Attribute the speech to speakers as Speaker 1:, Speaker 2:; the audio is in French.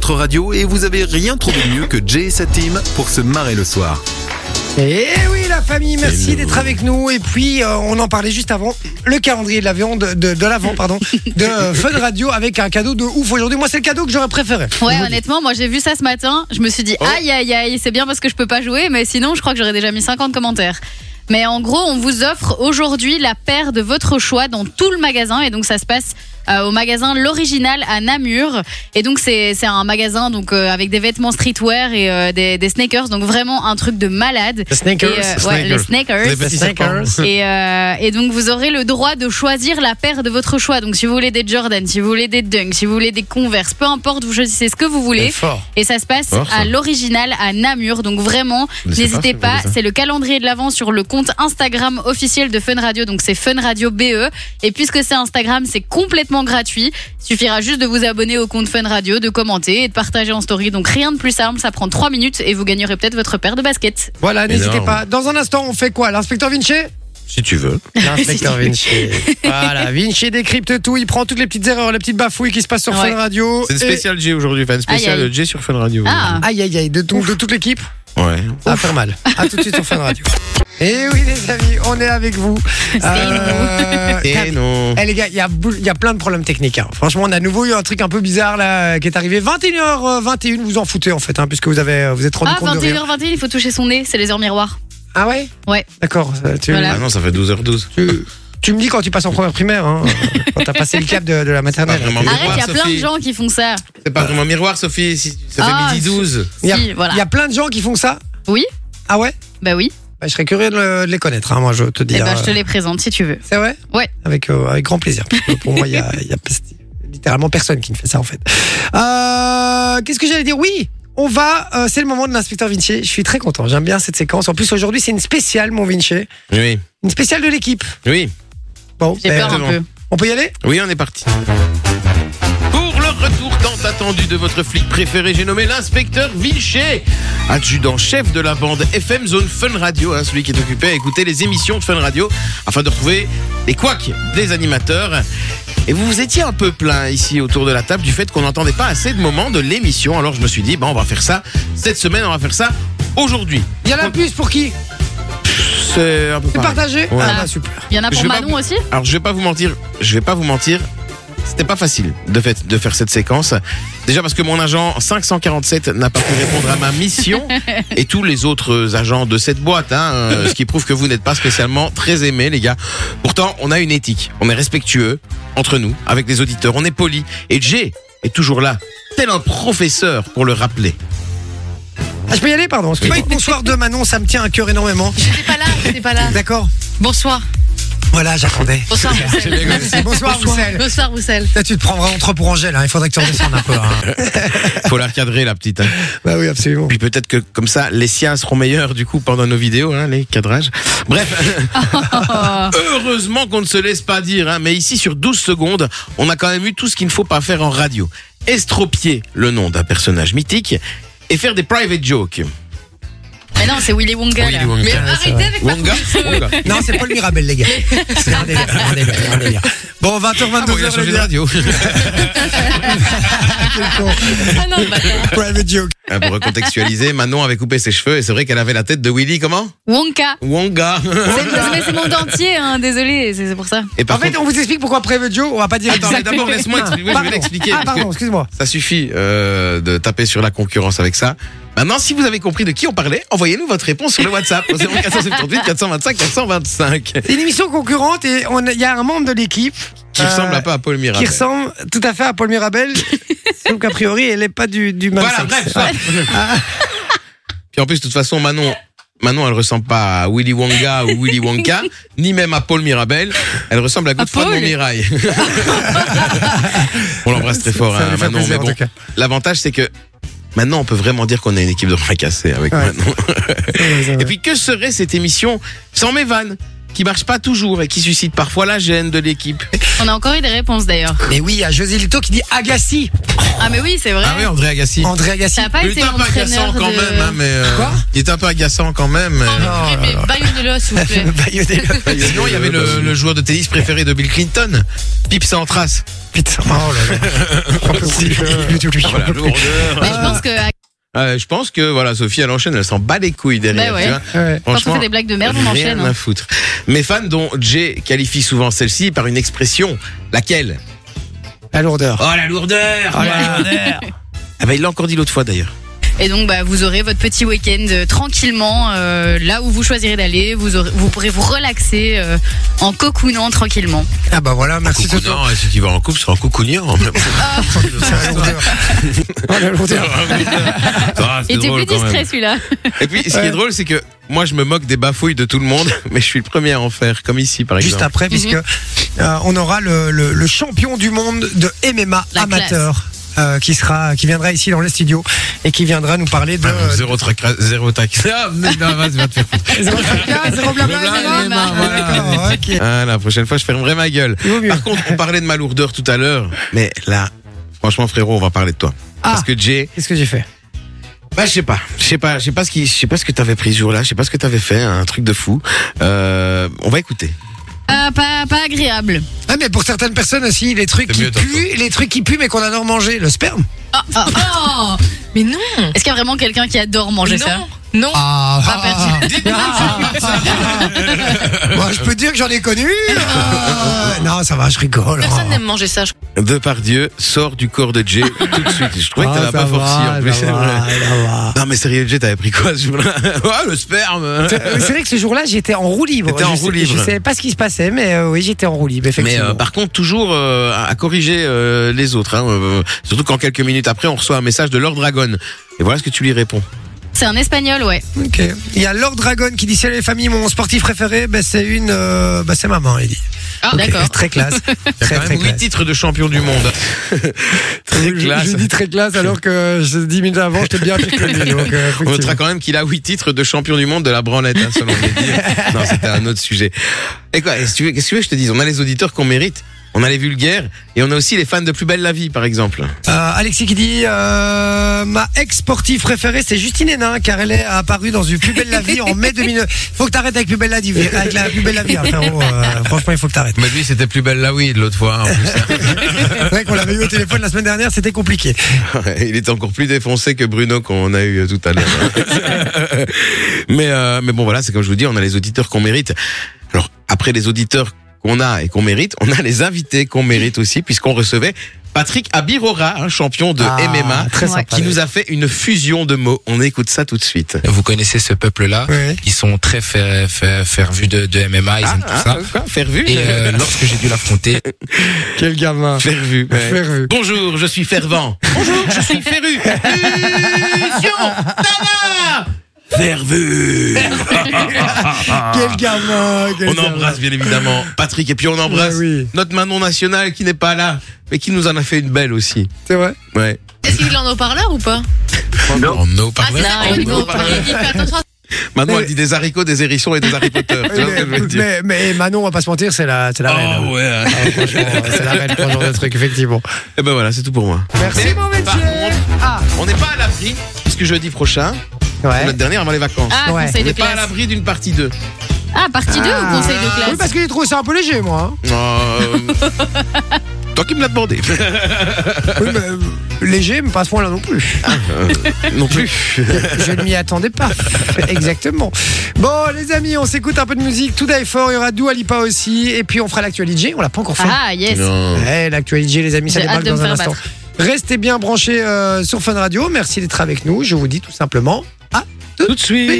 Speaker 1: votre radio et vous avez rien trouvé de mieux que Jay et sa team pour se marrer le soir.
Speaker 2: Et Eh oui, la famille, merci d'être avec nous. Et puis, euh, on en parlait juste avant, le calendrier de l'avant, de, de, de l'avant, pardon, de euh, Fun Radio avec un cadeau de ouf aujourd'hui. Moi, c'est le cadeau que j'aurais préféré.
Speaker 3: Ouais, honnêtement, moi j'ai vu ça ce matin, je me suis dit aïe aïe aïe, c'est bien parce que je peux pas jouer, mais sinon je crois que j'aurais déjà mis 50 commentaires. Mais en gros, on vous offre aujourd'hui la paire de votre choix dans tout le magasin et donc ça se passe euh, au magasin L'Original à Namur et donc c'est c'est un magasin donc euh, avec des vêtements streetwear et euh, des, des sneakers donc vraiment un truc de malade.
Speaker 2: Les sneakers,
Speaker 3: Et, euh, ouais, les sneakers.
Speaker 2: Les petits sneakers.
Speaker 3: Et, euh, et donc vous aurez le droit de choisir la paire de votre choix. Donc si vous voulez des Jordan, si vous voulez des Dunk, si vous voulez des Converse, peu importe, vous choisissez ce que vous voulez.
Speaker 2: fort.
Speaker 3: Et ça se passe
Speaker 4: Fort, ça.
Speaker 3: à l'original à Namur. Donc vraiment,
Speaker 4: Mais c'est
Speaker 3: n'hésitez
Speaker 4: pas,
Speaker 3: pas.
Speaker 4: c'est bon, ça.
Speaker 3: C'est le calendrier de l'avant sur le compte Instagram officiel de Fun Radio. Donc c'est Fun Radio BE. Et puisque c'est Instagram, c'est complètement gratuit. Il suffira juste de vous abonner au compte Fun Radio, de commenter et de partager en story. Donc rien de plus simple. Ça prend 3 minutes et vous gagnerez peut-être votre paire de baskets.
Speaker 2: Voilà, n'hésitez
Speaker 4: Énorme.
Speaker 2: pas. Dans un instant, on fait quoi L'inspecteur Vinci
Speaker 4: Si tu veux.
Speaker 2: L'inspecteur Vinci. voilà, Vinci décrypte tout. Il prend toutes les petites erreurs, les petites bafouilles qui se passent sur
Speaker 3: Ouais.
Speaker 2: Fun Radio.
Speaker 4: C'est une
Speaker 2: Et-
Speaker 4: spéciale J aujourd'hui, enfin une
Speaker 3: Aïe,
Speaker 4: spéciale
Speaker 3: aïe.
Speaker 4: J sur Fun Radio.
Speaker 3: Ah.
Speaker 2: Aïe, aïe, aïe, de, tout- de toute l'équipe
Speaker 4: Ouais.
Speaker 2: Ça va faire mal. À tout de suite sur Fun Radio. Et oui, les amis, on est avec vous. Euh,
Speaker 4: Et non.
Speaker 2: Eh les gars, il y a, boule- il y a plein de problèmes techniques. hein. Franchement, on a à nouveau eu un truc un peu bizarre là euh, qui est arrivé. 21h21, vous en foutez en fait, hein, puisque vous avez vous êtes rendu
Speaker 3: Ah,
Speaker 2: compte de rien.
Speaker 3: 21h21, il faut toucher son nez. C'est les heures miroirs.
Speaker 2: Ah ouais
Speaker 3: Ouais.
Speaker 2: D'accord. ça, Tu,
Speaker 3: Voilà.
Speaker 4: Ah non, ça fait 12h12.
Speaker 2: tu, tu me dis quand tu passes en première primaire, hein, quand t'as passé le cap de, de la maternelle.
Speaker 4: Ah, vraiment.
Speaker 3: Arrête, il y a
Speaker 4: Sophie.
Speaker 3: plein de gens qui font ça.
Speaker 4: C'est pas vraiment miroir, Sophie. si- Ça fait
Speaker 3: Ah,
Speaker 4: midi 12.
Speaker 2: Il y, a,
Speaker 3: Si, voilà.
Speaker 2: il y a plein de gens qui font ça.
Speaker 3: Oui,
Speaker 2: Ah ouais
Speaker 3: bah oui.
Speaker 2: Bah, Je serais curieux de, le- de les connaître, hein, moi je te dis.
Speaker 3: Eh ben,
Speaker 2: hein.
Speaker 3: je te les présente si tu veux.
Speaker 2: C'est vrai
Speaker 3: Ouais.
Speaker 2: Avec, euh, avec grand plaisir. Parce que Pour moi, il y a, il y a littéralement personne qui ne fait ça en fait. Euh, Qu'est-ce que j'allais dire Oui on va, euh, c'est le moment de l'inspecteur Vinci. Je suis très content, j'aime bien cette séquence. En plus, aujourd'hui, c'est une spéciale, mon Vinci.
Speaker 4: Oui.
Speaker 2: Une spéciale de l'équipe.
Speaker 4: Oui.
Speaker 2: Bon,
Speaker 3: J'ai
Speaker 2: ben,
Speaker 3: peur hein. un
Speaker 4: bon.
Speaker 3: peu.
Speaker 2: on peut y aller
Speaker 4: Oui, on est parti. Pour le retour tant attendu de votre flic préféré, j'ai nommé l'inspecteur Vilchet, adjudant-chef de la bande FM Zone Fun Radio, hein, celui qui est occupé à écouter les émissions de Fun Radio afin de retrouver les couacs des animateurs. Et vous vous étiez un peu plein ici autour de la table du fait qu'on n'entendait pas assez de moments de l'émission. Alors je me suis dit, bah, on va faire ça cette semaine, on va faire ça aujourd'hui.
Speaker 2: Il y a la puce pour qui
Speaker 4: C'est un peu
Speaker 2: C'est
Speaker 4: pareil.
Speaker 2: partagé
Speaker 4: Ouais.
Speaker 2: Ah bah super.
Speaker 3: Il y en a
Speaker 4: Je
Speaker 3: pour
Speaker 4: vais pas
Speaker 3: Manon aussi
Speaker 4: Alors je vais pas vous mentir, je vais pas vous mentir, c'était pas facile de fait de faire cette séquence. Déjà parce que mon agent 547 n'a pas pu répondre à ma mission et tous les autres agents de cette boîte, hein, euh, ce qui prouve que vous n'êtes pas spécialement très aimés les gars. Pourtant on a une éthique, on est respectueux entre nous, avec les auditeurs, on est poli et Jay est toujours là, tel un professeur pour le rappeler.
Speaker 2: Ah, je peux y aller, pardon. excuse-moi. Bonsoir de Manon, ça me tient à cœur énormément.
Speaker 5: J'étais pas là, j'étais pas là.
Speaker 2: D'accord
Speaker 5: Bonsoir.
Speaker 2: Voilà, j'attendais.
Speaker 5: Bonsoir,
Speaker 3: Eh
Speaker 5: Roussel.
Speaker 2: Merci. Bonsoir, Roussel.
Speaker 5: Bonsoir, Roussel.
Speaker 2: Là, tu te prendras entre pour Angèle, hein. il faudrait que tu redescendes un peu. hein.
Speaker 4: Faut la recadrer la petite. hein.
Speaker 2: Bah oui, absolument.
Speaker 4: Puis peut-être que comme ça les siens seront meilleurs du coup pendant nos vidéos, hein, les cadrages. Bref.
Speaker 3: Oh.
Speaker 4: Heureusement qu'on ne se laisse pas dire, hein, mais ici sur 12 secondes, on a quand même eu tout ce qu'il ne faut pas faire en radio. Estropier le nom d'un personnage mythique et faire des private jokes.
Speaker 3: Mais non, c'est Willy Wonka.
Speaker 4: Willy
Speaker 3: là.
Speaker 4: Wonka.
Speaker 5: Mais
Speaker 4: Ouais,
Speaker 5: arrêtez avec ma
Speaker 4: Wonga Wonga.
Speaker 2: Non, c'est Paul Mirabel, les gars. C'est un délire, un délire, un délire. Bon, 20h, 22h,
Speaker 4: Ah bon, il a changé de radio.
Speaker 5: Ah non, bah,
Speaker 2: Private joke.
Speaker 4: Ah, Pour recontextualiser, Manon avait coupé ses cheveux et c'est vrai qu'elle avait la tête de Willy, comment
Speaker 3: Wonka.
Speaker 4: Wonga.
Speaker 3: C'est- mais C'est mon dentier, hein, désolé, c'est c'est pour ça.
Speaker 4: Et par
Speaker 2: En fait,
Speaker 4: contre-
Speaker 2: on vous explique pourquoi Private Joe, on va pas dire.
Speaker 4: Attends, mais d'abord, laisse-moi expliquer, je vais l'expliquer.
Speaker 2: Ah,
Speaker 4: parce que
Speaker 2: pardon, excuse-moi.
Speaker 4: Ça suffit euh, de taper sur la concurrence avec ça. Maintenant, si vous avez compris de qui on parlait, envoyez-nous votre réponse sur le WhatsApp. au 0478 425 425.
Speaker 2: C'est une émission concurrente et on a- il y a un membre de l'équipe.
Speaker 4: Qui
Speaker 2: euh,
Speaker 4: ressemble un peu à Paul Mirabel.
Speaker 2: Qui ressemble tout à fait à Paul Mirabel. Sauf qu'a priori, elle n'est pas du, du même
Speaker 4: Voilà,
Speaker 2: sexe.
Speaker 4: bref. ça. Puis en plus, de toute façon, Manon, Manon, elle ressemble pas à Willy Wonka ou Willy Wonka, ni même à Paul Mirabel. Elle ressemble à Godefroy de
Speaker 3: Paul
Speaker 4: Montmirail. on l'embrasse très fort,
Speaker 2: Ça
Speaker 4: hein,
Speaker 2: lui fait
Speaker 4: Manon.
Speaker 2: plaisir,
Speaker 4: mais
Speaker 2: en
Speaker 4: bon,
Speaker 2: tout cas.
Speaker 4: l'avantage, c'est que maintenant, on peut vraiment dire qu'on est une équipe de fracassés avec
Speaker 2: Ouais.
Speaker 4: Manon.
Speaker 2: Ouais, ouais, ouais.
Speaker 4: Et puis, que serait cette émission sans mes vannes qui marche pas toujours et qui suscite parfois la gêne de l'équipe.
Speaker 3: On a encore eu des réponses d'ailleurs.
Speaker 2: Mais oui, il y a José Lito qui dit Agassi.
Speaker 3: Ah, mais oui, c'est vrai.
Speaker 4: Ah oui, André Agassi.
Speaker 2: André Agassi.
Speaker 3: Ça n'a pas
Speaker 4: Il
Speaker 3: été
Speaker 4: était un peu
Speaker 3: l'entraîneur
Speaker 4: agaçant quand
Speaker 3: de-
Speaker 4: même, hein, Oh mais. euh,
Speaker 2: Quoi Ah,
Speaker 4: il était un peu agaçant quand même. mais-
Speaker 5: Mais baillonnez-le, s'il vous plaît.
Speaker 2: Bayonnais-le.
Speaker 4: Sinon, il y avait le, le joueur de tennis préféré de Bill Clinton, Pips en trace.
Speaker 2: Putain. Oh là là. On peut plus, euh. Ah, lui, lui, lui, on peut plus.
Speaker 3: Mais je pense que
Speaker 4: Euh, je pense que voilà, Sophie, elle enchaîne, elle s'en bat les couilles derrière.
Speaker 3: Bah ouais.
Speaker 4: tu vois.
Speaker 2: Ouais.
Speaker 3: quand on
Speaker 4: Franchement,
Speaker 3: fait des blagues de merde, on
Speaker 4: rien
Speaker 3: enchaîne.
Speaker 4: à
Speaker 3: hein.
Speaker 4: foutre. Mes fans, dont Jay qualifie souvent celle-ci par une expression, laquelle
Speaker 2: La lourdeur.
Speaker 4: Oh la lourdeur
Speaker 2: Oh la
Speaker 4: lourdeur Ah bah, il l'a encore dit l'autre fois d'ailleurs.
Speaker 3: Et donc, bah, vous aurez votre petit week-end euh, tranquillement, euh, là où vous choisirez d'aller. Vous, aurez- vous pourrez vous relaxer euh, en cocoonant tranquillement.
Speaker 2: Ah bah voilà, merci Toto.
Speaker 4: Coucounant, et si tu vas en couple, c'est en coucougnant.
Speaker 2: C'est la lourdeur. Oh la lourdeur.
Speaker 4: Ah, c'est
Speaker 3: Et t'es
Speaker 4: drôle
Speaker 3: plus
Speaker 4: quand même.
Speaker 3: discret celui-là.
Speaker 4: Et puis, ce qui
Speaker 2: Ouais.
Speaker 4: est drôle, c'est que moi, je me moque des bafouilles de tout le monde, mais je suis le premier à en faire, comme ici, par
Speaker 2: Juste
Speaker 4: exemple.
Speaker 3: Mhm.
Speaker 2: après, puisque euh, on aura le, le- le champion du monde de MMA
Speaker 3: La
Speaker 2: amateur. euh, qui sera, qui viendra ici dans les studios et qui viendra nous parler de.
Speaker 4: Zéro, trac- zéro tac. Ah, mais non, vas-y, va te faire foutre.
Speaker 2: Zéro tracas, zéro blabla,
Speaker 3: Ah, bah,
Speaker 2: MMA.
Speaker 4: Blabla,
Speaker 3: MMA,
Speaker 4: voilà.
Speaker 2: D'accord, ok.
Speaker 4: Ah, la prochaine fois, je fermerai ma gueule.
Speaker 2: Il vaut mieux.
Speaker 4: Par contre, on parlait de ma lourdeur tout à l'heure, mais là, franchement, frérot, on va parler de toi.
Speaker 2: Ah.
Speaker 4: Parce que Jay,
Speaker 2: Qu'est-ce que j'ai fait
Speaker 4: bah, je sais pas, je sais pas, je sais pas ce qui, je sais pas ce que t'avais pris ce jour-là, je sais pas ce que t'avais fait, un truc de fou. Euh, on va écouter.
Speaker 3: Ah, pas, pas agréable.
Speaker 2: Ah mais pour certaines personnes aussi, les trucs
Speaker 4: C'est
Speaker 2: qui
Speaker 4: mieux, Toto.
Speaker 2: puent, les trucs qui puent mais qu'on adore manger, le sperme.
Speaker 3: Ah,
Speaker 5: Oh, mais non.
Speaker 4: Hmm.
Speaker 3: Est-ce qu'il y a vraiment quelqu'un qui adore manger ça
Speaker 5: Non. Non.
Speaker 2: Ah,
Speaker 3: Pas perdu.
Speaker 2: Moi, je peux dire que j'en ai connu. Ah, non, ça va, je rigole.
Speaker 5: Personne n'aime manger ça. je-
Speaker 4: Depardieu sort du corps de Jay tout de suite. Je trouvais que
Speaker 2: Ah,
Speaker 4: t'avais pas forci, en plus. Non, mais sérieux, Jay, t'avais pris quoi ce jour-là Ah, le sperme
Speaker 2: Euh, C'est vrai que ce jour-là, j'étais en roue libre.
Speaker 4: T'étais en
Speaker 2: je,
Speaker 4: roue
Speaker 2: sais-
Speaker 4: libre.
Speaker 2: Je savais pas ce qui se passait, mais euh, oui, j'étais en roue libre,
Speaker 4: Mais
Speaker 2: effectivement.
Speaker 4: euh, par contre, toujours euh, à à corriger euh, les autres. hein, euh, surtout quand quelques minutes après, on reçoit un message de Lord Dragon. Et voilà ce que tu lui réponds.
Speaker 3: C'est un espagnol, ouais.
Speaker 2: Ok. Il y a Lord Dragon qui dit Salut les familles, mon sportif préféré, ben, c'est une. euh, ben, c'est maman, il dit.
Speaker 3: Ah,
Speaker 2: Ok,
Speaker 3: d'accord.
Speaker 2: Très classe.
Speaker 4: Il y
Speaker 2: très,
Speaker 4: a quand
Speaker 2: très
Speaker 4: même huit
Speaker 2: classe.
Speaker 4: titres de champion du monde. très
Speaker 2: Je-
Speaker 4: classe.
Speaker 2: Je dis très classe alors que euh, je, 10 minutes avant, j'étais bien pire que lui. donc, euh,
Speaker 4: On notera
Speaker 2: effectivement.
Speaker 4: quand même qu'il a huit titres de champion du monde de la branlette, hein, selon les dires. Non, c'était un autre sujet. Et quoi, qu'est-ce que tu veux qu'est-ce que tu veux que je te dise On a les auditeurs qu'on mérite, on a les vulgaires, et on a aussi les fans de Plus Belle la Vie, par exemple.
Speaker 2: Euh, Alexis qui dit euh, ma ex sportive préférée c'est Justine Hénin car elle est apparue dans une plus belle la vie en mai 2009. Faut que t'arrêtes avec plus belle la vie, avec la plus belle la vie. hein, frérot, euh, franchement il faut que t'arrêtes.
Speaker 4: Mais lui, c'était Plus Belle la Vie de l'autre fois. hein.
Speaker 2: C'est vrai qu'on l'avait eu au téléphone la semaine dernière, c'était compliqué.
Speaker 4: Il est encore plus défoncé que Bruno qu'on a eu euh, tout à l'heure. hein. mais, euh, mais bon, voilà, c'est comme je vous dis, on a les auditeurs qu'on mérite. Alors, après les auditeurs qu'on a et qu'on mérite, on a les invités qu'on mérite aussi, puisqu'on recevait Patrick Abirora, un champion de
Speaker 2: Ah,
Speaker 4: MMA,
Speaker 2: très
Speaker 3: Ouais.
Speaker 2: sympa.
Speaker 4: qui nous a fait une fusion de mots. On écoute ça tout de suite.
Speaker 6: Vous connaissez ce peuple-là.
Speaker 2: Oui.
Speaker 6: Ils sont très fer- fer- fervus de, de MMA, ils aiment tout Ah, ça.
Speaker 4: Hein, quoi, faire vu
Speaker 6: Et euh, lorsque j'ai dû l'affronter,
Speaker 2: Quel gamin.
Speaker 4: Faire vu. ouais.
Speaker 2: Fervu.
Speaker 4: Bonjour, je suis fervent. Bonjour, je suis féru. Fusion, Tana Fervu.
Speaker 2: Quel gamin. quel
Speaker 4: On
Speaker 2: gamin.
Speaker 4: embrasse bien évidemment Patrick et puis on embrasse
Speaker 2: Ouais, oui.
Speaker 4: notre Manon nationale qui n'est pas là, mais qui nous en a fait une belle aussi.
Speaker 2: C'est vrai.
Speaker 4: Ouais.
Speaker 5: Est-ce qu'il est en haut-parleur ou pas
Speaker 6: en no
Speaker 5: Ah,
Speaker 6: par
Speaker 5: c'est ça.
Speaker 3: Non,
Speaker 5: il est
Speaker 3: non,
Speaker 5: en haut-parleur. Il fait attention à-
Speaker 4: Manon
Speaker 2: Mais-
Speaker 4: elle dit des haricots, des hérissons et des Harry Potter. Tu vois ce que je veux
Speaker 2: Mais,
Speaker 4: dire
Speaker 2: mais- mais Manon on va pas se mentir, c'est la c'est la reine.
Speaker 6: ouais. hein.
Speaker 2: Ah, franchement, c'est la reine pour ce genre de truc effectivement.
Speaker 4: Et ben voilà, c'est tout pour moi.
Speaker 2: Merci
Speaker 4: Mais,
Speaker 2: mon
Speaker 4: par
Speaker 2: métier.
Speaker 4: contre,
Speaker 2: Ah
Speaker 4: On n'est pas à l'abri parce que jeudi prochain, c'est
Speaker 2: ouais.
Speaker 4: notre dernière avant les vacances.
Speaker 3: Ah,
Speaker 2: Ouais.
Speaker 3: conseil
Speaker 4: on
Speaker 3: de
Speaker 4: n'est pas à
Speaker 3: classe.
Speaker 4: l'abri d'une partie 2.
Speaker 3: Ah, partie 2 ou conseil de classe
Speaker 2: Ah. Oui parce que j'ai trouvé ça un peu léger moi. hein.
Speaker 4: Euh, Toi qui me l'as demandé.
Speaker 2: Oui, mais, euh, léger, mais pas à ce point-là non plus.
Speaker 4: non plus.
Speaker 2: Je ne m'y attendais pas. Exactement. Bon, les amis, on s'écoute un peu de musique. Tout d'ailleurs fort. Il y aura Dua Lipa aussi. Et puis, on fera l'actualité. On l'a pas encore fait.
Speaker 3: Ah, yes.
Speaker 4: Non.
Speaker 2: Ouais, l'actualité, les amis, ça
Speaker 3: J'ai
Speaker 2: débarque
Speaker 3: hâte de
Speaker 2: dans
Speaker 3: me
Speaker 2: un
Speaker 3: faire
Speaker 2: instant.
Speaker 3: battre.
Speaker 2: Restez bien branchés euh, sur Fun Radio. Merci d'être avec nous. Je vous dis tout simplement à
Speaker 4: Tout de suite.